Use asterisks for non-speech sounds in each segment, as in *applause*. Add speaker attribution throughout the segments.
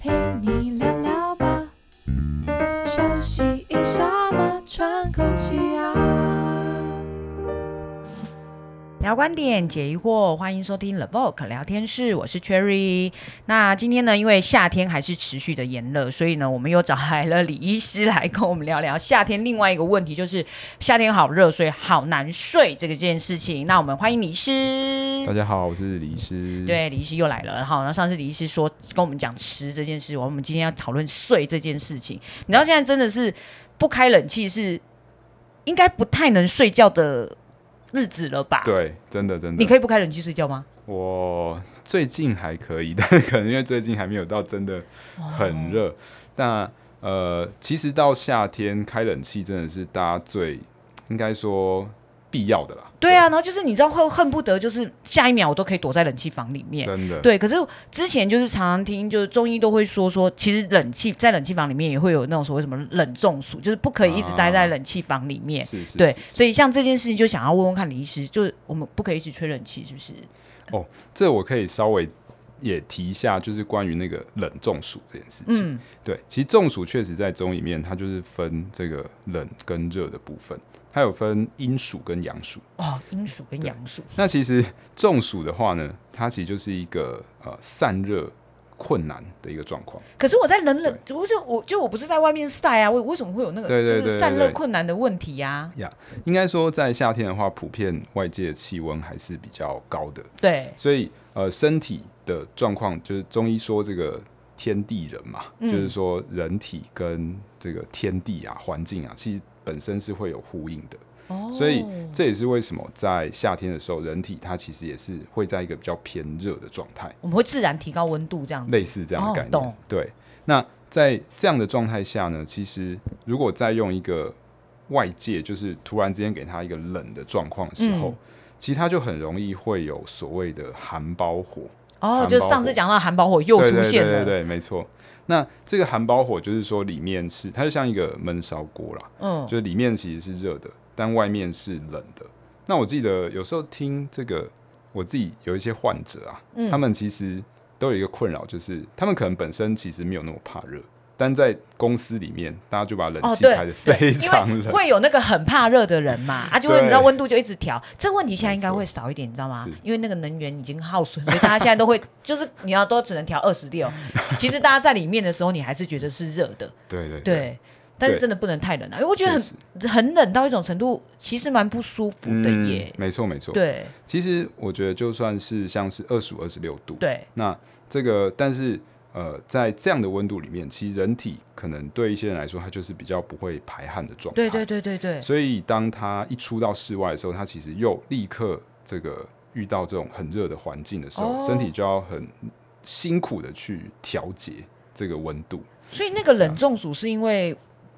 Speaker 1: 陪你聊聊吧，休息一下嘛，喘口气啊。
Speaker 2: 聊观点，解疑惑，欢迎收听 The Vogue 聊天室，我是 Cherry。那今天呢，因为夏天还是持续的炎热，所以呢，我们又找来了李医师来跟我们聊聊夏天另外一个问题，就是夏天好热，所以好难睡这个件事情。那我们欢迎李医
Speaker 3: 大
Speaker 2: 师。
Speaker 3: 家好，我是李医师。，
Speaker 2: 嗯对，李医师又来了。好，那上次李医师说跟我们讲吃这件事，我们今天要讨论睡这件事情。你知道现在真的是不开冷气是应该不太能睡觉的日子了吧？，
Speaker 3: 对，真的真的。
Speaker 2: 你可以不开冷气睡觉吗？
Speaker 3: 我最近还可以， *laughs* 但是可能因为最近还没有到真的很热。
Speaker 2: 哦
Speaker 3: 那呃，其实到夏天开冷气真的是大家最应该说必要的啦。
Speaker 2: 对啊，然后就是你知道会恨不得就是下一秒我都可以躲在冷气房里
Speaker 3: 对，
Speaker 2: 面。
Speaker 3: 真的。
Speaker 2: 对，可是之前就是常常听，就是中医都会说说，其实冷气在冷气房里面也会有那种所谓什么冷中暑，就是不可以一直待在冷气房里面。
Speaker 3: 是是
Speaker 2: 对，
Speaker 3: 是
Speaker 2: 所以像这件事情，就想要问问看李医师，就是我们不可以一直吹冷气，是不是？
Speaker 3: 这我可以稍微也提一下，就是关于那个冷中暑这件事情。
Speaker 2: 嗯
Speaker 3: 对，其实中暑确实在中医里面，它就是分这个冷跟热的部分，它有分阴暑跟阳暑。
Speaker 2: 哦，阴暑跟
Speaker 3: 对
Speaker 2: 阳暑，
Speaker 3: 那其实中暑的话呢，它其实就是一个呃散热困难的一个状况。
Speaker 2: 可是我在冷冷，我就我就我不是在外面晒啊，我为什么会有那个
Speaker 3: 对对
Speaker 2: 就是
Speaker 3: 对对
Speaker 2: 散热
Speaker 3: 对
Speaker 2: 困难的问题啊呀、
Speaker 3: 应该说，在夏天的话，普遍外界气温还是比较高的，
Speaker 2: 对，
Speaker 3: 所以呃身体的状况就是中医说这个天地人嘛，
Speaker 2: 嗯
Speaker 3: 就是说人体跟这个天地啊环境啊，其实本身是会有呼应的。
Speaker 2: 哦，
Speaker 3: 所以这也是为什么在夏天的时候，人体它其实也是会在一个比较偏热的状态。
Speaker 2: 我们会自然提高温度这样子。
Speaker 3: 类似这样的概
Speaker 2: 哦
Speaker 3: 念。
Speaker 2: 懂
Speaker 3: 对，那在这样的状态下呢，其实如果再用一个外界，就是突然之间给他一个冷的状况的时候，
Speaker 2: 嗯
Speaker 3: 其实他就很容易会有所谓的含包火。
Speaker 2: 哦，
Speaker 3: 含
Speaker 2: 就是
Speaker 3: 苞
Speaker 2: 上次
Speaker 3: 火
Speaker 2: 讲到韩宝火又
Speaker 3: 对
Speaker 2: 出现
Speaker 3: 对对
Speaker 2: 了，
Speaker 3: 对对，没错。那这个含包火就是说里面是它就像一个焖烧锅啦，
Speaker 2: 嗯，
Speaker 3: 就是里面其实是热的，但外面是冷的。那我记得有时候听这个，我自己有一些患者啊，
Speaker 2: 嗯
Speaker 3: 他们其实都有一个困扰，就是他们可能本身其实没有那么怕热，但在公司里面，大家就把冷
Speaker 2: 哦
Speaker 3: 气
Speaker 2: 对
Speaker 3: 开得非常
Speaker 2: 因为
Speaker 3: 冷。
Speaker 2: 会有那个很怕热的人嘛，啊，就会
Speaker 3: 对
Speaker 2: 你知道温度就一直调。这问题现在应该
Speaker 3: 没错
Speaker 2: 会少一点，你知道吗
Speaker 3: 是？
Speaker 2: 因为那个能源已经耗损，所以大家现在都会就是你要都只能调二十
Speaker 3: *laughs*
Speaker 2: 六。其实大家在里面的时候，你还是觉得是热的，
Speaker 3: 对对对，
Speaker 2: 对。但是
Speaker 3: 对
Speaker 2: 真的不能太冷了、啊，因为我觉得
Speaker 3: 确
Speaker 2: 很
Speaker 3: 实，嗯
Speaker 2: 很冷到一种程度，其实蛮不舒服的耶。
Speaker 3: 没错没错。
Speaker 2: 对
Speaker 3: 其实我觉得就算是像是二十五、二十六度，
Speaker 2: 对，
Speaker 3: 那这个，但是呃，在这样的温度里面，其实人体可能对一些人来说，它就是比较不会排汗的状态。
Speaker 2: 对对对对对，
Speaker 3: 所以当他一出到室外的时候，他其实又立刻这个遇到这种很热的环境的时候，
Speaker 2: 哦
Speaker 3: 身体就要很辛苦的去调节这个温度。
Speaker 2: 所以那
Speaker 3: 啊
Speaker 2: 个冷中暑是因为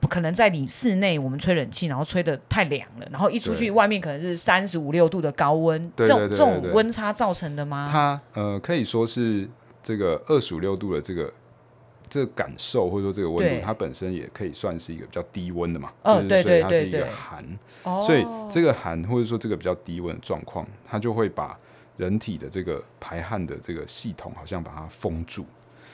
Speaker 2: 可能在你室内我们吹冷气，然后吹的太凉了，然后一出去
Speaker 3: 对
Speaker 2: 外面可能是三十五六度的高温，
Speaker 3: 对对
Speaker 2: 这种这
Speaker 3: 对对
Speaker 2: 种
Speaker 3: 对
Speaker 2: 温差造成的吗？
Speaker 3: 他呃，可以说是这个二十五六度的这个。这个感受或者说这个温
Speaker 2: 对
Speaker 3: 度，它本身也可以算是一个比较低温的嘛，
Speaker 2: 嗯
Speaker 3: 就是所
Speaker 2: 对对
Speaker 3: 以它是
Speaker 2: 对
Speaker 3: 一个
Speaker 2: 对
Speaker 3: 寒，
Speaker 2: 哦
Speaker 3: 所以这个寒或者说这个比较低温的状况，它就会把人体的这个排汗的这个系统好像把它封住，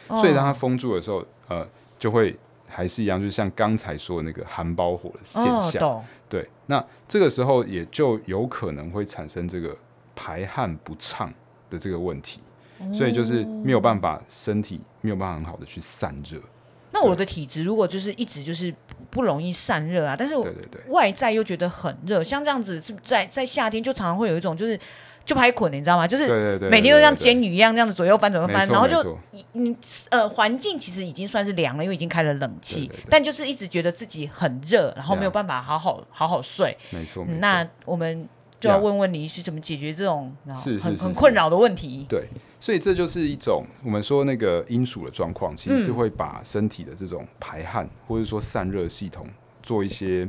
Speaker 2: 哦
Speaker 3: 所以当它封住的时候，呃，就会还是一样，就是像刚才说的那个含包火的现
Speaker 2: 哦
Speaker 3: 象。
Speaker 2: 懂
Speaker 3: 对，那这个时候也就有可能会产生这个排汗不畅的这个问题，所以就是没有办法，身体没有办法很好的去散热。
Speaker 2: 那我的体质如果就是一直就是不不容易散热啊，但是我
Speaker 3: 对对对，
Speaker 2: 外在又觉得很热，像这样子是不是在在夏天就常常会有一种就是就拍捆，你知道吗？就
Speaker 3: 对
Speaker 2: 是
Speaker 3: 对对，
Speaker 2: 每天都像
Speaker 3: 煎，
Speaker 2: 煎鱼一样这样子左右翻左右
Speaker 3: 没
Speaker 2: 翻，
Speaker 3: 错
Speaker 2: 然后就
Speaker 3: 没错
Speaker 2: 你你呃，环境其实已经算是凉了，因为已经开了冷气，
Speaker 3: 对对对
Speaker 2: 但就是一直觉得自己很热，然后没有
Speaker 3: Yeah
Speaker 2: 办法好好好好睡。
Speaker 3: 没错，
Speaker 2: 嗯
Speaker 3: 没错
Speaker 2: 那我们就要
Speaker 3: Yeah
Speaker 2: 问问你是怎么解决这种然后
Speaker 3: 是是
Speaker 2: 很
Speaker 3: 是
Speaker 2: 很
Speaker 3: 是
Speaker 2: 困扰的问题？
Speaker 3: 对，所以这就是一种我们说那个阴暑的状况，其实是会把身体的这种排汗或者说散热系统做一些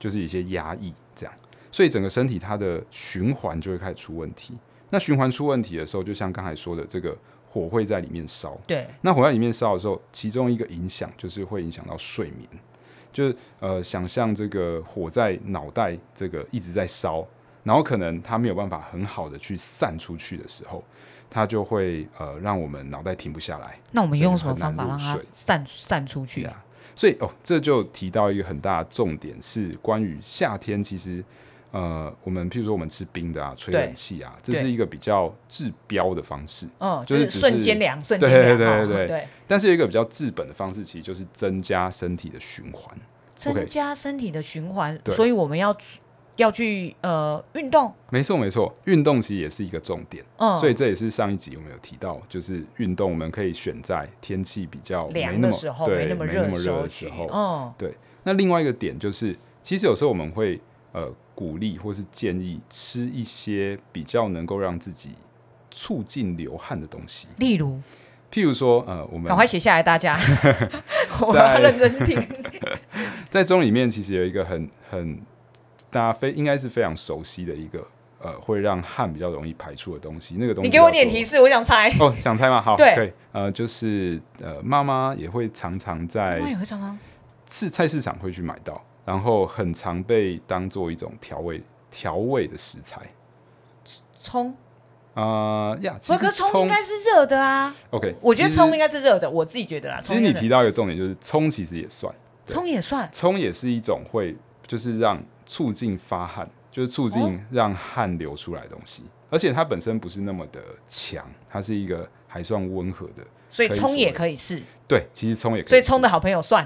Speaker 3: 就是一些压抑，这样，所以整个身体它的循环就会开始出问题。那循环出问题的时候，就像刚才说的，这个火会在里面烧，
Speaker 2: 对，
Speaker 3: 那火在里面烧的时候，其中一个影响就是会影响到睡眠，就是呃，想象这个火在脑袋这个一直在烧，然后可能它没有办法很好的去散出去的时候，它就会呃让我们脑袋停不下来。
Speaker 2: 那我们
Speaker 3: 所以
Speaker 2: 用什么
Speaker 3: 很难
Speaker 2: 方法让
Speaker 3: 入
Speaker 2: 它
Speaker 3: 睡
Speaker 2: 散散出去啊？
Speaker 3: 所以哦，这就提到一个很大的重点是关于夏天，其实呃，我们譬如说我们吃冰的啊，吹
Speaker 2: 对
Speaker 3: 冷气啊，这
Speaker 2: 对
Speaker 3: 是一个比较治标的方式。
Speaker 2: 嗯，
Speaker 3: 就
Speaker 2: 就是是
Speaker 3: 只
Speaker 2: 瞬
Speaker 3: 是
Speaker 2: 间
Speaker 3: *laughs*
Speaker 2: 凉，瞬
Speaker 3: 对
Speaker 2: 间凉，
Speaker 3: 对
Speaker 2: 哦
Speaker 3: 对对
Speaker 2: 对，
Speaker 3: 但是有一个比较治本的方式，其实就是增加身体的循环。
Speaker 2: 增加身体的循环，
Speaker 3: 对
Speaker 2: 所以我们要要去呃运动，
Speaker 3: 没错没错，运动其实也是一个重点，
Speaker 2: 嗯，
Speaker 3: 所以这也是上一集我们有提到，就是运动我们可以选在天气比较没
Speaker 2: 凉
Speaker 3: 那
Speaker 2: 的
Speaker 3: 么
Speaker 2: 时候
Speaker 3: 对
Speaker 2: 那
Speaker 3: 那
Speaker 2: 么
Speaker 3: 么
Speaker 2: 时
Speaker 3: 热
Speaker 2: 候
Speaker 3: 的
Speaker 2: 去
Speaker 3: 时候，
Speaker 2: 嗯，
Speaker 3: 那另外一个点就是，其实有时候我们会呃鼓励或是建议吃一些比较能够让自己促进流汗的东西，
Speaker 2: 例如
Speaker 3: 譬如说呃我们
Speaker 2: 赶快写下来，大
Speaker 3: *laughs*
Speaker 2: 家，我
Speaker 3: 在
Speaker 2: 要认真听，
Speaker 3: 在中里面其实有一个很很大家非应该是非常熟悉的一个呃会让汗比较容易排出的东西，那个东西
Speaker 2: 你给我
Speaker 3: 叫
Speaker 2: 点
Speaker 3: 做
Speaker 2: 提示，我想猜。
Speaker 3: *laughs* 哦，想猜吗？好，
Speaker 2: 对
Speaker 3: 可以。呃，就是呃，妈妈也会常常
Speaker 2: 我也
Speaker 3: 在
Speaker 2: 会常常
Speaker 3: 市菜市场会去买到，然后很常被当做一种调味调味的食材。
Speaker 2: 冲，
Speaker 3: 啊呀，其
Speaker 2: 不
Speaker 3: 实
Speaker 2: 过冲
Speaker 3: 葱
Speaker 2: 应该是热的啊。
Speaker 3: OK，
Speaker 2: 我觉得
Speaker 3: 其实
Speaker 2: 葱应该是热的，我自己觉得啦。
Speaker 3: 其实你
Speaker 2: 葱应该
Speaker 3: 提到一个重点，就是葱其实也算，对
Speaker 2: 葱也算，
Speaker 3: 葱也是一种会就是让促进发汗，就是促
Speaker 2: 哦
Speaker 3: 进让汗流出来的东西，而且它本身不是那么的强，它是一个还算温和的。
Speaker 2: 所以
Speaker 3: 可以
Speaker 2: 葱
Speaker 3: 说
Speaker 2: 也
Speaker 3: 的
Speaker 2: 可以是，
Speaker 3: 对，其实葱也可以吃，
Speaker 2: 所以葱的好朋友
Speaker 3: *laughs*
Speaker 2: 算。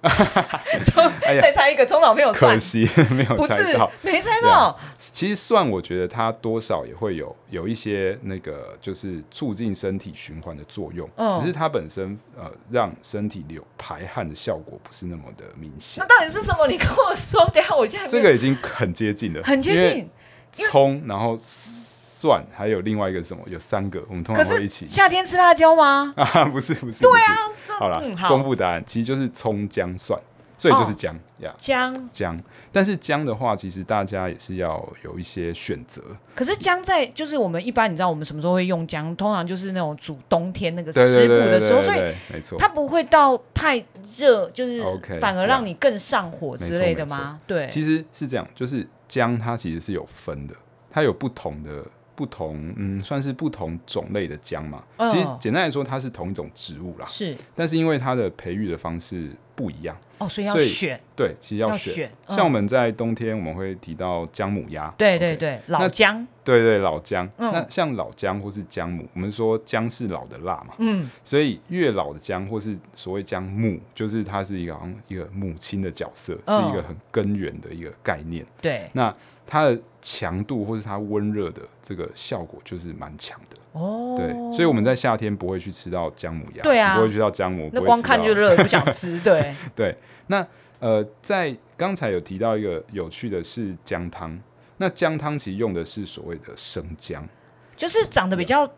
Speaker 2: 葱
Speaker 3: 哎呀
Speaker 2: 再猜一个，葱的好朋友算
Speaker 3: 可，惜 *laughs* 没有
Speaker 2: 不
Speaker 3: 猜
Speaker 2: 是
Speaker 3: 到。
Speaker 2: 没猜到。
Speaker 3: 其实蒜，我觉得它多少也会有有一些那个，就是促进身体循环的作用，
Speaker 2: 嗯
Speaker 3: 只是它本身呃让身体流排汗的效果不是那么的明显
Speaker 2: 那。到底是什么？你跟我说，等一下我现在
Speaker 3: 这
Speaker 2: 没有
Speaker 3: 个已经很接近了，
Speaker 2: 很接
Speaker 3: 因为
Speaker 2: 近。
Speaker 3: 葱，然后蒜，还有另外一个是什么？有三个，我们通
Speaker 2: 可
Speaker 3: 常会
Speaker 2: 是
Speaker 3: 一起
Speaker 2: 夏天吃辣椒吗？
Speaker 3: 啊， *laughs* 不是不是，对啊，好啦
Speaker 2: 嗯，好
Speaker 3: 公布答案，其实就是葱姜蒜，所以就是
Speaker 2: 哦
Speaker 3: 姜呀。
Speaker 2: 姜，
Speaker 3: 姜，但是姜的话，其实大家也是要有一些选择，
Speaker 2: 可是姜在就是我们一般你知道我们什么时候会用姜？通常就是那种煮冬天那个
Speaker 3: 对
Speaker 2: 食
Speaker 3: 对
Speaker 2: 补
Speaker 3: 对
Speaker 2: 的
Speaker 3: 对
Speaker 2: 时候，
Speaker 3: 对
Speaker 2: 所以
Speaker 3: 对没错，
Speaker 2: 它不会到太热，就是
Speaker 3: OK，
Speaker 2: 反而让你更上火之类的
Speaker 3: 没
Speaker 2: 吗？对，
Speaker 3: 其实是这样，就是姜它其实是有分的，它有不同的不同，嗯，算是不同种类的姜嘛。
Speaker 2: 嗯
Speaker 3: 其实简单来说，它是同一种植物啦，
Speaker 2: 是
Speaker 3: 但是因为它的培育的方式不一样，
Speaker 2: 哦，所以要
Speaker 3: 所以
Speaker 2: 选，
Speaker 3: 对，其实要选。
Speaker 2: 选，嗯
Speaker 3: 像我们在冬天，我们会提到姜母鸭，
Speaker 2: 对对
Speaker 3: OK
Speaker 2: 对，老姜，
Speaker 3: 对对老姜。
Speaker 2: 嗯
Speaker 3: 那像老姜或是姜母，我们说姜是老的辣嘛，
Speaker 2: 嗯，
Speaker 3: 所以越老的姜或是所谓姜母，就是它是一个好像一个母亲的角色，是
Speaker 2: 嗯
Speaker 3: 一个很根源的一个概念。
Speaker 2: 对，
Speaker 3: 那它的强度或是它温热的这个效果就是蛮强的，
Speaker 2: 哦，
Speaker 3: 对，所以我们在夏天不会去吃到姜母鸭，
Speaker 2: 对啊
Speaker 3: 不会去到姜母，
Speaker 2: 那
Speaker 3: 不会
Speaker 2: 光
Speaker 3: 吃
Speaker 2: 看
Speaker 3: 到
Speaker 2: 就热，不想吃，
Speaker 3: *laughs*
Speaker 2: 对，
Speaker 3: 对。那呃，在刚才有提到一个有趣的是姜汤，那姜汤其实用的是所谓的生姜，
Speaker 2: 就是长得比较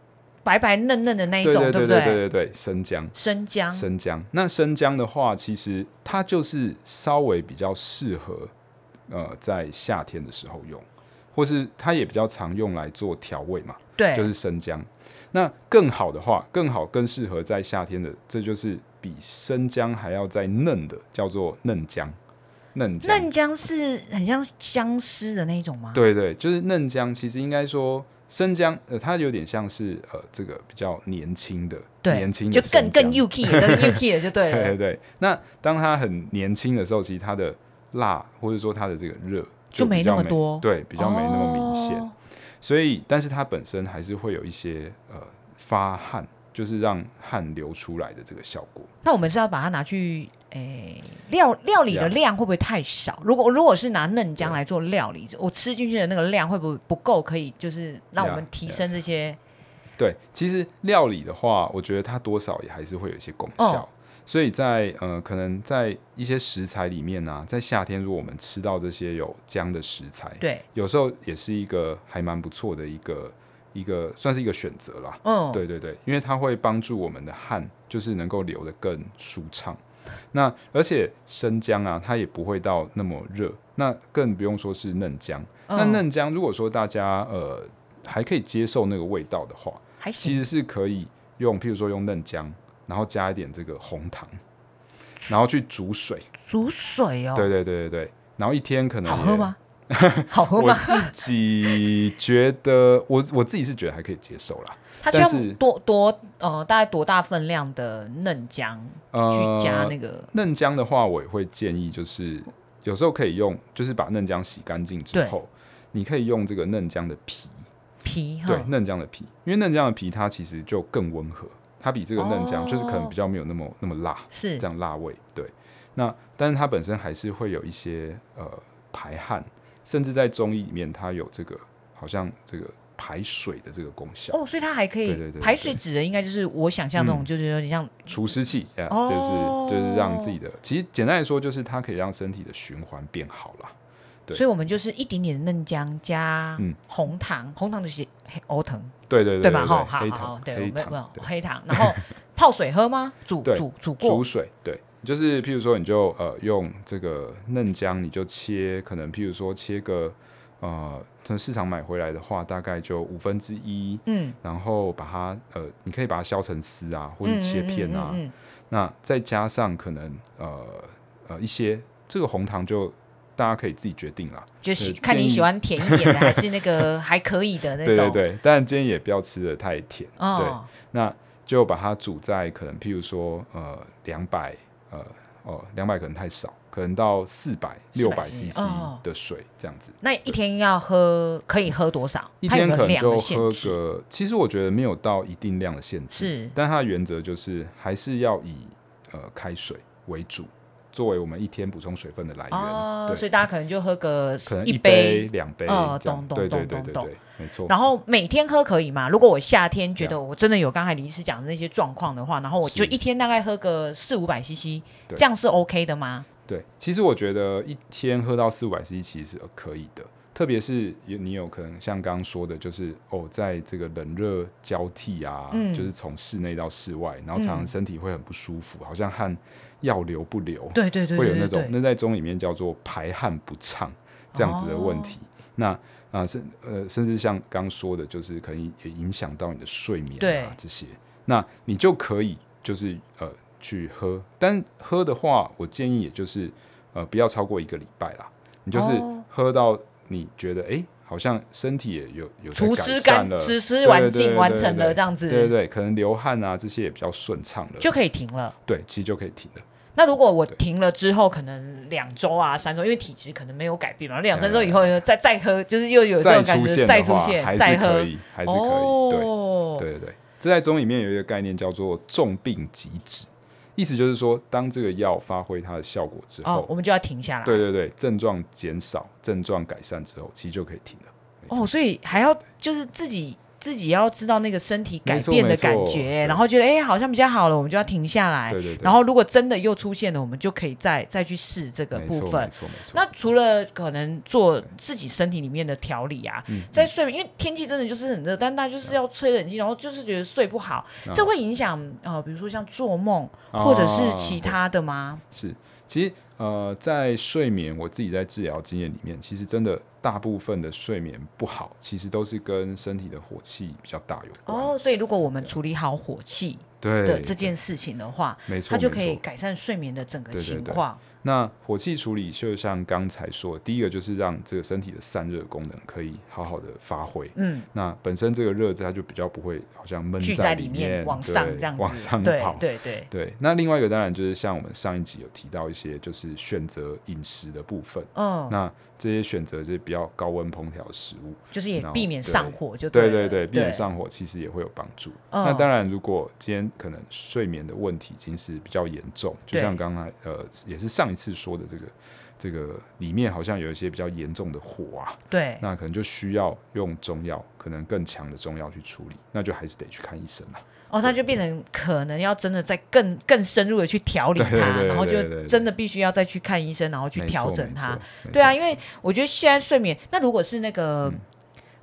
Speaker 2: 白白嫩嫩的那一
Speaker 3: 对
Speaker 2: 种，
Speaker 3: 对
Speaker 2: 不
Speaker 3: 对对对，生姜。
Speaker 2: 生姜，
Speaker 3: 生姜，那生姜的话，其实它就是稍微比较适合，呃，在夏天的时候用，或是它也比较常用来做调味嘛。
Speaker 2: 对，
Speaker 3: 就是生姜。那更好的话，更好更适合在夏天的，这就是比生姜还要再嫩的，叫做嫩姜。嫩姜，
Speaker 2: 嫩姜是很像姜丝的那一种吗？，
Speaker 3: 对对，就是嫩姜。其实应该说生姜，呃，它有点像是呃这个比较年轻的，
Speaker 2: 对
Speaker 3: 年轻
Speaker 2: 就
Speaker 3: 的
Speaker 2: 更
Speaker 3: 生姜
Speaker 2: 更 u k 的，更 u k 的就对
Speaker 3: 对
Speaker 2: 了
Speaker 3: *laughs* 对。对。那当它很年轻的时候，其实它的辣或者说它的这个热
Speaker 2: 就没
Speaker 3: 比较
Speaker 2: 那么多
Speaker 3: 对，比较没那么明显。
Speaker 2: 哦
Speaker 3: 所以，但是它本身还是会有一些呃发汗，就是让汗流出来的这个效果。
Speaker 2: 那我们是要把它拿去诶、料料理的量会不会太少？如果如果是拿嫩姜来做料理，我吃进去的那个量会不会不够，可以就是让我们
Speaker 3: Yeah,
Speaker 2: 提升这些
Speaker 3: 对，其实料理的话，我觉得它多少也还是会有一些功效。
Speaker 2: 哦
Speaker 3: 所以在呃，可能在一些食材里面呢、在夏天，如果我们吃到这些有姜的食材，
Speaker 2: 对，
Speaker 3: 有时候也是一个还蛮不错的一个一个，算是一个选择啦。
Speaker 2: 嗯，
Speaker 3: 对对对，因为它会帮助我们的汗就是能够流得更舒畅。那而且生姜啊，它也不会到那么热，那更不用说是嫩姜。
Speaker 2: 嗯，
Speaker 3: 那嫩姜如果说大家呃还可以接受那个味道的话，
Speaker 2: 还
Speaker 3: 其
Speaker 2: 行，
Speaker 3: 实是可以用，譬如说用嫩姜，然后加一点这个红糖，然后去煮水。
Speaker 2: 煮水哦，
Speaker 3: 对对对对对，然后一天可能
Speaker 2: 好
Speaker 3: 也
Speaker 2: 喝吗？ *laughs* 好喝
Speaker 3: *laughs* 我
Speaker 2: 吗？
Speaker 3: 自己觉得，我我自己是觉得还可以接受
Speaker 2: *laughs*
Speaker 3: 啦。
Speaker 2: 它需要
Speaker 3: 但是
Speaker 2: 多多呃，大概多大分量的嫩姜
Speaker 3: 呃
Speaker 2: 去加那个？
Speaker 3: 嫩姜的话，我也会建议，就是有时候可以用，就是把嫩姜洗干净之
Speaker 2: 对
Speaker 3: 后，你可以用这个嫩姜的皮，
Speaker 2: 皮
Speaker 3: 对
Speaker 2: 哈，
Speaker 3: 嫩姜的皮，因为嫩姜的皮它其实就更温和，它比这个嫩姜就是可
Speaker 2: 哦
Speaker 3: 能比较没有那么那么辣，
Speaker 2: 是
Speaker 3: 这样辣味。对，那但是它本身还是会有一些呃排汗，甚至在中医里面它有这个好像这个排水的这个功效，
Speaker 2: 哦，所以它还可以
Speaker 3: 对对对对
Speaker 2: 排水指的应该就是我想象那种，
Speaker 3: 嗯
Speaker 2: 就是有点像
Speaker 3: 除湿气，呃
Speaker 2: 哦
Speaker 3: 就是就是让自己的，其实简单来说就是它可以让身体的循环变好啦。对
Speaker 2: 所以我们就是一点点的嫩姜加
Speaker 3: 嗯
Speaker 2: 红糖，红糖就是黑欧藤，
Speaker 3: 对对对
Speaker 2: 吧？哈，好
Speaker 3: 黑
Speaker 2: 好好
Speaker 3: 糖，
Speaker 2: 对，
Speaker 3: 黑
Speaker 2: 我们
Speaker 3: 糖，
Speaker 2: 我
Speaker 3: 对
Speaker 2: 们黑糖，然
Speaker 3: *laughs*
Speaker 2: 后泡水喝吗？煮
Speaker 3: 对
Speaker 2: 煮煮过
Speaker 3: 煮，水，对，就是譬如说你就呃用这个嫩姜，你就切，可能譬如说切个呃从市场买回来的话，大概就五分之一。
Speaker 2: 嗯，
Speaker 3: 然后把它呃，你可以把它削成丝啊，或是切片啊，
Speaker 2: 嗯嗯嗯嗯
Speaker 3: 那再加上可能呃呃一些这个红糖就大家可以自己决定啦。
Speaker 2: 就喜
Speaker 3: 对
Speaker 2: 看
Speaker 3: 建
Speaker 2: 你
Speaker 3: 议
Speaker 2: 喜欢甜一点的，
Speaker 3: *laughs*
Speaker 2: 还是那个还可以的那
Speaker 3: 对
Speaker 2: 种，
Speaker 3: 对对，但今天也不要吃的太甜。
Speaker 2: 哦，
Speaker 3: 对，那就把它煮在可能譬如说呃两百呃哦两百可能太少，可能到四百六百
Speaker 2: CC
Speaker 3: CC
Speaker 2: 哦
Speaker 3: 的水这样子。
Speaker 2: 那一天要喝可以喝多少？
Speaker 3: 一
Speaker 2: 它有
Speaker 3: 天
Speaker 2: 没有
Speaker 3: 可能
Speaker 2: 量的
Speaker 3: 就
Speaker 2: 限
Speaker 3: 喝
Speaker 2: 制
Speaker 3: 个，其实我觉得没有到一定量的限制，
Speaker 2: 是
Speaker 3: 但它的原则就是还是要以呃开水为主，作为我们一天补充水分的来源。
Speaker 2: 哦，所
Speaker 3: 对，
Speaker 2: 以大家可能就喝个
Speaker 3: 可能
Speaker 2: 一
Speaker 3: 杯、两杯
Speaker 2: 哦
Speaker 3: 这样
Speaker 2: 懂懂
Speaker 3: 对对
Speaker 2: 懂
Speaker 3: 对
Speaker 2: 懂
Speaker 3: 对
Speaker 2: 懂
Speaker 3: 对，没错。
Speaker 2: 然后每天喝可以吗？如果我夏天觉
Speaker 3: 对
Speaker 2: 得
Speaker 3: 啊
Speaker 2: 我真的有刚才李医师讲的那些状况的话，然后我就是一天大概喝个四五百 CC，
Speaker 3: 对
Speaker 2: 这样是 OK 的吗？
Speaker 3: 对，其实我觉得一天喝到四五百 CC 其实是可以的，特别是有你有可能像刚刚说的，就是哦，在这个冷热交替啊，
Speaker 2: 嗯
Speaker 3: 就是从室内到室外，然后
Speaker 2: 嗯
Speaker 3: 常常身体会很不舒服，好像汗要流不流，
Speaker 2: 对对对对
Speaker 3: 会有
Speaker 2: 对
Speaker 3: 那种
Speaker 2: 对，哦
Speaker 3: 那在中里面叫做排汗不畅这样子的问题。那啊，甚呃，甚至像刚说的，就是可能也影响到你的睡眠
Speaker 2: 对
Speaker 3: 啊这些，那你就可以就是呃去喝，但喝的话，我建议也就是呃不要超过一个礼拜啦，你就是
Speaker 2: 哦
Speaker 3: 喝到你觉得哎、诶好像身体也有有在
Speaker 2: 除
Speaker 3: 改
Speaker 2: 湿
Speaker 3: 善
Speaker 2: 干
Speaker 3: 了，
Speaker 2: 除湿
Speaker 3: 对
Speaker 2: 完
Speaker 3: 对
Speaker 2: 净
Speaker 3: 对
Speaker 2: 完
Speaker 3: 对
Speaker 2: 成
Speaker 3: 对
Speaker 2: 了这样子，
Speaker 3: 对对对，可能流汗啊这些也比较顺畅了，
Speaker 2: 就可以停了。
Speaker 3: 对，其实就可以停了。
Speaker 2: 那如果我停了之后，可能两周啊、三周，因为体质可能没有改变嘛，两三周以后又再再喝，就是又有这
Speaker 3: 哎再
Speaker 2: 种感
Speaker 3: 出
Speaker 2: 觉，
Speaker 3: 现
Speaker 2: 再
Speaker 3: 的
Speaker 2: 出
Speaker 3: 话，
Speaker 2: 现，
Speaker 3: 还
Speaker 2: 再
Speaker 3: 是
Speaker 2: 喝
Speaker 3: 可，以，还是可以。
Speaker 2: 哦，
Speaker 3: 对对对对，这在中医里面有一个概念叫做“重病即止”，意思就是说，当这个药发挥它的效果之后，
Speaker 2: 哦，我们就要停下来。
Speaker 3: 对对对，症状减少、症状改善之后，其实就可以停了。没错
Speaker 2: 哦，，所以还要就是自己自己要知道那个身体改
Speaker 3: 没错
Speaker 2: 变的
Speaker 3: 没错
Speaker 2: 感觉，
Speaker 3: 对
Speaker 2: 然后觉得哎、诶好像比较好了，我们就要停下来。
Speaker 3: 对对对，
Speaker 2: 哎然后如果真的又出现了，我们就可以再再去试这个
Speaker 3: 没
Speaker 2: 部
Speaker 3: 错
Speaker 2: 分
Speaker 3: 没。错没错。
Speaker 2: 那除了可能做自己身体里面的调理啊，
Speaker 3: 嗯
Speaker 2: 在睡眠，因为天气真的就是很热，但大家就是要吹冷气，然后就是觉得睡不好，
Speaker 3: 啊
Speaker 2: 这会影响呃，比如说像做梦或者是其他的吗？
Speaker 3: 是，啊其实呃，在睡眠，我自己在治疗经验里面，其实真的大部分的睡眠不好，其实都是跟身体的火气比较大有关。
Speaker 2: 哦，所以如果我们处理好火气的
Speaker 3: 对，
Speaker 2: 这件事情的话，
Speaker 3: 没错，
Speaker 2: 它就
Speaker 3: 没
Speaker 2: 可以
Speaker 3: 错
Speaker 2: 改善睡眠的整个
Speaker 3: 对对
Speaker 2: 情
Speaker 3: 对
Speaker 2: 况。
Speaker 3: 那火气处理，就像刚才说的，第一个就是让这个身体的散热功能可以好好的发挥。
Speaker 2: 嗯，
Speaker 3: 那本身这个热，它就比较不会好像闷
Speaker 2: 聚在
Speaker 3: 在
Speaker 2: 里面
Speaker 3: 面
Speaker 2: 往
Speaker 3: 对
Speaker 2: 上这样子，
Speaker 3: 往上
Speaker 2: 对
Speaker 3: 跑。
Speaker 2: 对对，
Speaker 3: 对，那另外一个当然就是像我们上一集有提到一些，就是选择饮食的部分。
Speaker 2: 嗯，
Speaker 3: 那这些选择就是比较高温烹调的食物，
Speaker 2: 就是也
Speaker 3: 然后
Speaker 2: 避免
Speaker 3: 对
Speaker 2: 上火就对
Speaker 3: 对对
Speaker 2: 了
Speaker 3: 对，避免上火其实也会有帮助。
Speaker 2: 嗯
Speaker 3: 那当然，如果今天可能睡眠的问题已经是比较严重，就
Speaker 2: 对
Speaker 3: 像刚才呃，也是上一次说的这个这个里面好像有一些比较严重的火啊，
Speaker 2: 对。
Speaker 3: 那可能就需要用中药，可能更强的中药去处理，那就还是得去看医生了。
Speaker 2: 哦，那就变成可能要真的再更更深入的去调理它，
Speaker 3: 对对对对
Speaker 2: 然后
Speaker 3: 对对
Speaker 2: 就
Speaker 3: 对
Speaker 2: 真的必须要再去看医生，然后去
Speaker 3: 没错
Speaker 2: 调整它。，
Speaker 3: 没错
Speaker 2: 对啊，
Speaker 3: 没
Speaker 2: 因
Speaker 3: 错嗯
Speaker 2: 为我觉得现在睡眠，那如果是那个。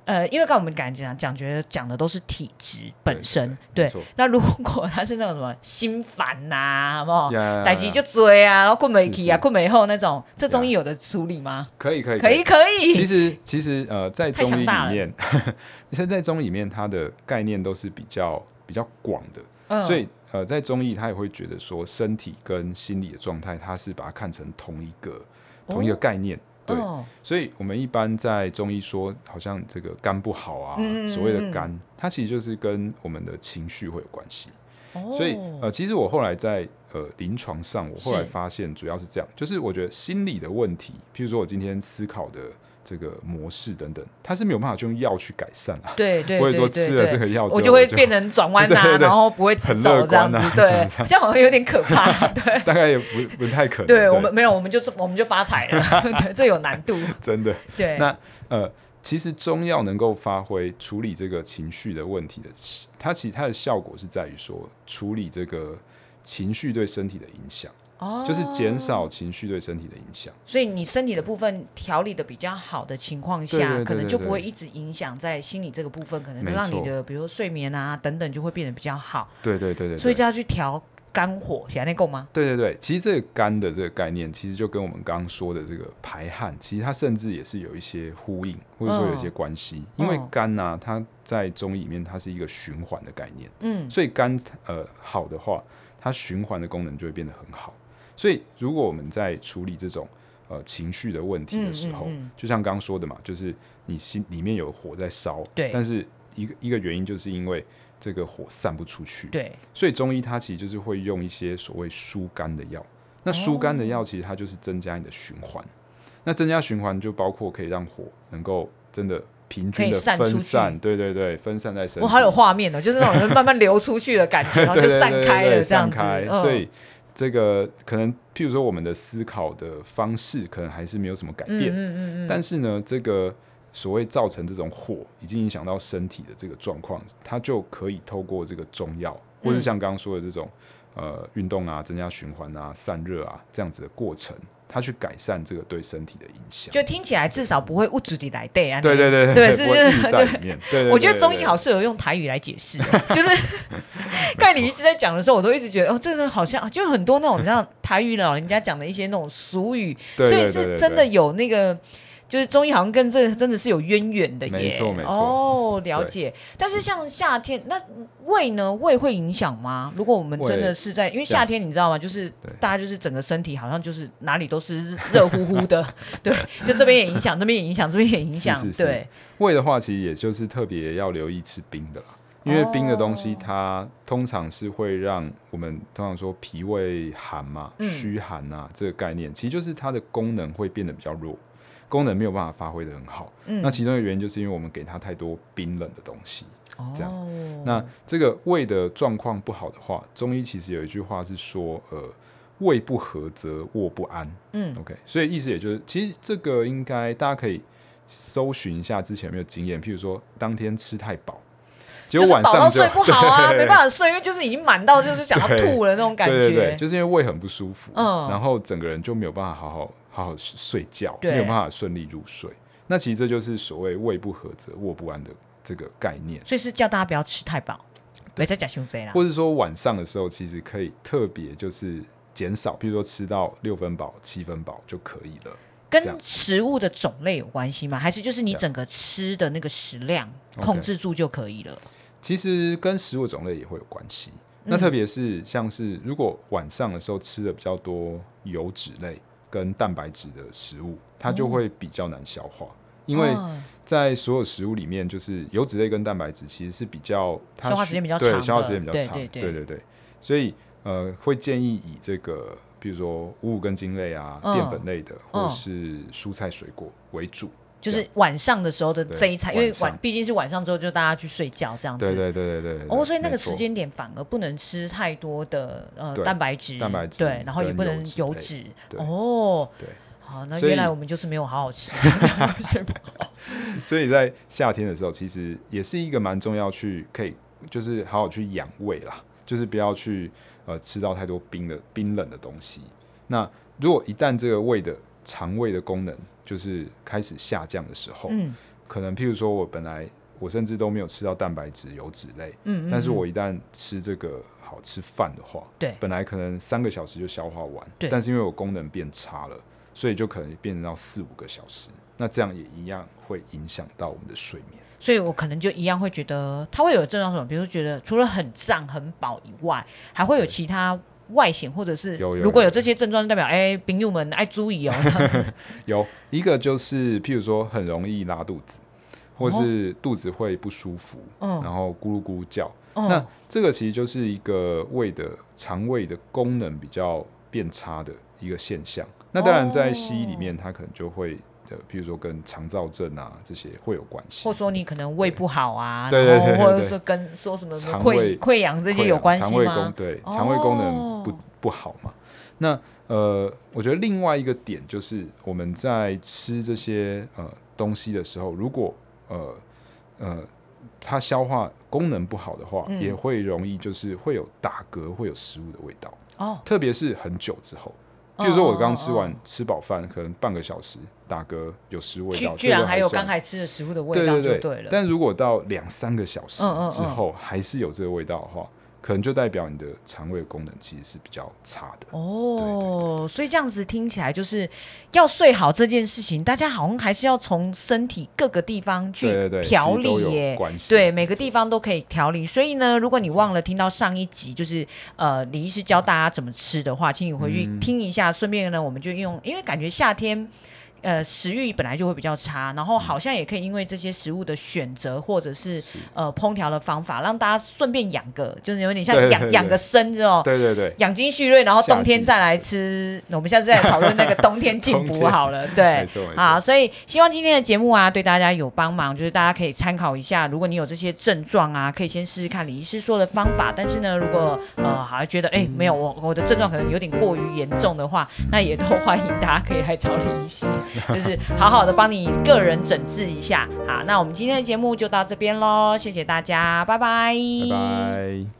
Speaker 2: 呃，因为刚刚我们感讲讲觉得讲的都是体质本身，对。
Speaker 3: 对没错
Speaker 2: 那如果 *laughs* 他是那种什么心烦呐、好不好？
Speaker 3: 呀呀呀
Speaker 2: 哦逮急就追啊，然后困没起啊，
Speaker 3: 呃是是
Speaker 2: 困没后那种，这中医
Speaker 3: 呀
Speaker 2: 有的处理吗？
Speaker 3: 可以可以
Speaker 2: 可以，可以。
Speaker 3: 其实其实呃，在
Speaker 2: 太
Speaker 3: 中
Speaker 2: 强
Speaker 3: 医
Speaker 2: 大
Speaker 3: 里面， *laughs* 现在在中医里面它的概念都是比较比较广的，
Speaker 2: 嗯
Speaker 3: 所以呃，在中医他也会觉得说，身体跟心理的状态，他是把它看成同一个同一个概念。对
Speaker 2: 哦
Speaker 3: 所以我们一般在中医说，好像这个肝不好啊，
Speaker 2: 嗯嗯嗯
Speaker 3: 所谓
Speaker 2: 嗯
Speaker 3: 的肝，它其实就是跟我们的情绪会有关系。
Speaker 2: 哦
Speaker 3: 所以呃，其实我后来在呃临床上，我后来
Speaker 2: 是
Speaker 3: 发现主要是这样，就是我觉得心理的问题，譬如说我今天思考的这个模式等等，它是没有办法就用药去改善
Speaker 2: *laughs*
Speaker 3: 啊，
Speaker 2: 对对，
Speaker 3: 不会
Speaker 2: 对
Speaker 3: 说
Speaker 2: 对
Speaker 3: 吃了
Speaker 2: 对
Speaker 3: 这个药之后
Speaker 2: 我就会
Speaker 3: 就 *laughs*
Speaker 2: 变成转弯
Speaker 3: 对
Speaker 2: 啊，
Speaker 3: 对对
Speaker 2: 然后不会
Speaker 3: 很
Speaker 2: 走
Speaker 3: 乐
Speaker 2: 这样
Speaker 3: 观
Speaker 2: 子
Speaker 3: 啊，
Speaker 2: 对
Speaker 3: 这样这，样
Speaker 2: 这样好像有点可怕，
Speaker 3: *laughs*
Speaker 2: 对。
Speaker 3: 大概也不不太可能。
Speaker 2: 对我们没有，我们就我们就发财
Speaker 3: *laughs*
Speaker 2: 了，对这有难度。
Speaker 3: 真的
Speaker 2: 对，
Speaker 3: 那呃，其实中药能够发挥处理这个情绪的问题的，它其实它的效果是在于说处理这个情绪对身体的影响，
Speaker 2: 哦
Speaker 3: 就是减。少情绪对身体的影响。
Speaker 2: 所以你身体的部分调理的比较好的情况
Speaker 3: 对
Speaker 2: 下，
Speaker 3: 对对
Speaker 2: 可能
Speaker 3: 对
Speaker 2: 就
Speaker 3: 对
Speaker 2: 不会一直影响在心理这个部分，可能就
Speaker 3: 没
Speaker 2: 让你
Speaker 3: 错
Speaker 2: 的比如说睡眠啊等等就会变得比较好。
Speaker 3: 对对对对
Speaker 2: 所以
Speaker 3: 对
Speaker 2: 就。要去调肝火，喜欢那够吗？
Speaker 3: 对对对，其实这个肝的这个概念，其实就跟我们刚刚说的这个排汗，其实它甚至也是有一些呼应，或者说有一些关系。
Speaker 2: 嗯
Speaker 3: 因为
Speaker 2: 嗯
Speaker 3: 肝呢、啊它在中医里面它是一个循环的概念。
Speaker 2: 嗯，
Speaker 3: 所以肝呃好的话，它循环的功能就会变得很好。所以如果我们在处理这种呃情绪的问题的时候，
Speaker 2: 嗯嗯嗯
Speaker 3: 就像刚刚说的嘛，就是你心里面有火在烧，
Speaker 2: 对
Speaker 3: 但是一个一个原因就是因为这个火散不出去，
Speaker 2: 对，
Speaker 3: 所以中医它其实就是会用一些所谓疏肝的药。
Speaker 2: 哦
Speaker 3: 那疏肝的药其实它就是增加你的循环，那增加循环就包括可以让火能够真的平
Speaker 2: 可以
Speaker 3: 均的
Speaker 2: 散出
Speaker 3: 分
Speaker 2: 去
Speaker 3: 散，对对对，分散在身体。
Speaker 2: 我好有画面哦，就是那
Speaker 3: *laughs*
Speaker 2: 种慢慢流出去的感觉，然后
Speaker 3: 对
Speaker 2: 就
Speaker 3: 对
Speaker 2: 散
Speaker 3: 对
Speaker 2: 开
Speaker 3: 对
Speaker 2: 了
Speaker 3: 对
Speaker 2: 这样
Speaker 3: 散
Speaker 2: 子。
Speaker 3: 开
Speaker 2: 嗯
Speaker 3: 所以这个可能，譬如说我们的思考的方式，可能还是没有什么改
Speaker 2: 嗯
Speaker 3: 变，
Speaker 2: 嗯嗯嗯，
Speaker 3: 但是呢，这个所谓造成这种火已经影响到身体的这个状况，它就可以透过这个中药，或者像刚刚说的这种呃运动啊、增加循环啊、散热啊这样子的过程，它去改善这个对身体的影响。
Speaker 2: 就听起来至少不会物质地来对啊。
Speaker 3: 对对
Speaker 2: *laughs*
Speaker 3: 对
Speaker 2: 对
Speaker 3: 不
Speaker 2: 是
Speaker 3: 会
Speaker 2: 是
Speaker 3: 抑在里面。对对对，
Speaker 2: 我觉得中医好
Speaker 3: 像
Speaker 2: 适合用台语来解释哦，
Speaker 3: *laughs*
Speaker 2: 就是盖里一直在讲的时候，我都一直觉得哦，这个好像就很多那种像台语老人家讲的一些那种俗语，
Speaker 3: 对对
Speaker 2: 所
Speaker 3: 对
Speaker 2: 以
Speaker 3: 对
Speaker 2: 是
Speaker 3: 对
Speaker 2: 真的有那个。就是中医好像跟这真的是有渊源的耶，
Speaker 3: 没错没错
Speaker 2: 哦，了解。但是像夏天，那胃呢？胃会影响吗？如果我们真的
Speaker 3: 胃
Speaker 2: 是在，因为
Speaker 3: 这样
Speaker 2: 夏天你知道吗？就是
Speaker 3: 对
Speaker 2: 大家就是整个身体好像就是哪里都是热乎乎
Speaker 3: *laughs*
Speaker 2: 的，对，就这边也影响，这边也影响，这边也影响，
Speaker 3: 是是
Speaker 2: 对，
Speaker 3: 胃的话，其实也就是特别要留意吃冰的啦，因为冰的东西
Speaker 2: 哦
Speaker 3: 它通常是会让我们通常说脾胃寒嘛、
Speaker 2: 嗯
Speaker 3: 虚寒啊这个概念，其实就是它的功能会变得比较弱，功能没有办法发挥的很好。
Speaker 2: 嗯
Speaker 3: 那其中的原因就是因为我们给它太多冰冷的东西。这样
Speaker 2: 哦
Speaker 3: 那这个胃的状况不好的话，中医其实有一句话是说，呃，胃不和则卧不安。
Speaker 2: 嗯
Speaker 3: ，OK，所以意思也就是，其实这个应该大家可以搜寻一下之前有没有经验，譬如说当天吃太饱，结
Speaker 2: 就
Speaker 3: 果
Speaker 2: 是
Speaker 3: 晚
Speaker 2: 饱到
Speaker 3: 上就
Speaker 2: 睡
Speaker 3: *laughs*
Speaker 2: 不好啊，没办
Speaker 3: 法
Speaker 2: 法睡，因为就是已经满到就是想要吐了那种感觉。
Speaker 3: 对对对，就是因为胃很不舒服，
Speaker 2: 嗯
Speaker 3: 然后整个人就没有办法好好好好睡觉，
Speaker 2: 对
Speaker 3: 没有办法顺利入睡。那其实这就是所谓胃不和则卧不安的这个概念。
Speaker 2: 所以是叫大家不要吃太饱，别再讲胸椎啦。
Speaker 3: 或者说晚上的时候，其实可以特别就是减少，譬如说吃到六分饱、七分饱就可以了。这
Speaker 2: 跟
Speaker 3: 样
Speaker 2: 食物的种类有关系吗？还是就是你整个吃的那个食量
Speaker 3: OK
Speaker 2: 控制住就可以了？
Speaker 3: 其实跟食物种类也会有关系。那特别是像是如果晚上的时候吃的比较多油脂类跟蛋白质的食物，它就会比较难消化，因为
Speaker 2: 哦
Speaker 3: 在所有食物里面，就是油脂类跟蛋白质其实是比较它
Speaker 2: 消化
Speaker 3: 需
Speaker 2: 时间比较长
Speaker 3: 对，消化
Speaker 2: 的
Speaker 3: 时间比较
Speaker 2: 对
Speaker 3: 长，
Speaker 2: 对对
Speaker 3: 对对对所以呃，会建议以这个，比如说五谷根茎类啊、
Speaker 2: 嗯
Speaker 3: 淀粉类的，或
Speaker 2: 嗯
Speaker 3: 是蔬菜水果为主。
Speaker 2: 就是晚上的时候的
Speaker 3: 对
Speaker 2: 这一餐，因为
Speaker 3: 晚上
Speaker 2: 晚毕竟是晚上之后就大家去睡觉这样子。
Speaker 3: 对对对对对对。
Speaker 2: 哦，所以那个
Speaker 3: 没错
Speaker 2: 时间点反而不能吃太多的呃
Speaker 3: 对
Speaker 2: 蛋白质，
Speaker 3: 蛋白质
Speaker 2: 对，然后也
Speaker 3: 跟
Speaker 2: 不
Speaker 3: 油
Speaker 2: 能
Speaker 3: 脂
Speaker 2: 油
Speaker 3: 类
Speaker 2: 脂。
Speaker 3: 对
Speaker 2: 哦，
Speaker 3: 对。
Speaker 2: 好，那
Speaker 3: 所
Speaker 2: 原
Speaker 3: 以
Speaker 2: 来我们就是没有好好
Speaker 3: *laughs*
Speaker 2: 吃，睡不 *laughs*
Speaker 3: 所以在夏天的时候，其实也是一个蛮重要去可以就是好好去养胃啦，就是不要去呃吃到太多冰的冰冷的东西。那如果一旦这个胃的肠胃的功能就是开始下降的时候，
Speaker 2: 嗯
Speaker 3: 可能譬如说我本来我甚至都没有吃到蛋白质、油脂类，
Speaker 2: 嗯嗯
Speaker 3: 但是
Speaker 2: 嗯
Speaker 3: 我一旦吃这个好吃饭的话，
Speaker 2: 对
Speaker 3: 本来可能三个小时就消化完
Speaker 2: 对，
Speaker 3: 但是因为我功能变差了，所以就可能变成到四五个小时，那这样也一样会影响到我们的睡眠。
Speaker 2: 所以我可能就一样会觉得它会有症状什么，比如说觉得除了很胀、很饱以外，还会有其他外显，或者是
Speaker 3: 有有
Speaker 2: 如果有
Speaker 3: 有
Speaker 2: 这些症状，就代表哎，朋友们爱注
Speaker 3: *laughs*
Speaker 2: 意哦。这样
Speaker 3: 有一个就是，譬如说很容易拉肚子，或是肚子会不舒服，
Speaker 2: 嗯
Speaker 3: 然后咕噜咕噜叫。那
Speaker 2: 嗯，
Speaker 3: 这个其实就是一个胃的肠胃的功能比较变差的一个现象。那当然，在西医里面，它可能就会呃，譬如说跟肠燥症啊这些会有关系
Speaker 2: 或。说你可能胃不好啊，
Speaker 3: 对
Speaker 2: 然
Speaker 3: 对
Speaker 2: 后
Speaker 3: 对对
Speaker 2: 或者
Speaker 3: 对
Speaker 2: 是跟说什么
Speaker 3: 肠
Speaker 2: 溃
Speaker 3: 胃
Speaker 2: 溃疡这些有关
Speaker 3: 啊肠
Speaker 2: 系
Speaker 3: 胃
Speaker 2: 吗
Speaker 3: 功？对肠胃功能不、
Speaker 2: 哦
Speaker 3: 不好嘛。那呃，我觉得另外一个点就是我们在吃这些呃东西的时候，如果呃呃它消化功能不好的话，
Speaker 2: 嗯
Speaker 3: 也会容易就是会有打嗝，会有食物的味道，
Speaker 2: 哦，
Speaker 3: 特别是很久之后。
Speaker 2: 哦
Speaker 3: 比如说我刚吃完吃饱饭，可能半个小时打嗝有食物味
Speaker 2: 居
Speaker 3: 道，
Speaker 2: 哦居
Speaker 3: 这个
Speaker 2: 然还有
Speaker 3: 算
Speaker 2: 刚才吃的食物的味道，就
Speaker 3: 对
Speaker 2: 对了。
Speaker 3: 但如果到两三个小时
Speaker 2: 嗯嗯嗯
Speaker 3: 之后还是有这个味道的话，可能就代表你的肠胃功能其实是比较差的。对对
Speaker 2: 哦，所以这样子听起来就是要睡好这件事情，大家好像还是要从身体各个地方
Speaker 3: 对
Speaker 2: 去
Speaker 3: 对对，
Speaker 2: 调
Speaker 3: 其实都
Speaker 2: 理
Speaker 3: 有
Speaker 2: 耶。
Speaker 3: 关系。
Speaker 2: 对，每个地方都可以调理。所以呢，如果你忘了听到上一集，就是呃李医师教大家怎么吃的话，请你回去听一下。顺便呢，我们就用，因为感觉夏天。呃，食欲本来就会比较差，然后好像也可以因为这些食物的选择，或者是
Speaker 3: 是
Speaker 2: 呃烹调的方法，让大家顺便养个，就是有点像
Speaker 3: 对对
Speaker 2: 养
Speaker 3: 对
Speaker 2: 养个生，这种
Speaker 3: 对对对，
Speaker 2: 养精蓄锐，然后
Speaker 3: 夏
Speaker 2: 冬天
Speaker 3: 季
Speaker 2: 再来
Speaker 3: 是
Speaker 2: 吃。我们下次再讨论那个冬天进
Speaker 3: 冬 *laughs*
Speaker 2: 补
Speaker 3: 天
Speaker 2: 好了，对
Speaker 3: 没。错没
Speaker 2: 好，
Speaker 3: 错。
Speaker 2: 所以希望今天的节目啊，对大家有帮忙，就是大家可以参考一下。如果你有这些症状啊，可以先试试看李医师说的方法。但是呢，如果呃好像觉得哎、没有我我的症状可能有点过于严重的
Speaker 3: *laughs*
Speaker 2: 话，那也都欢迎大家可以来找李医师，就是好好的帮你个人诊治一下。好，那我们今天的节目就到这边喽，谢谢大家，拜拜，
Speaker 3: 拜拜。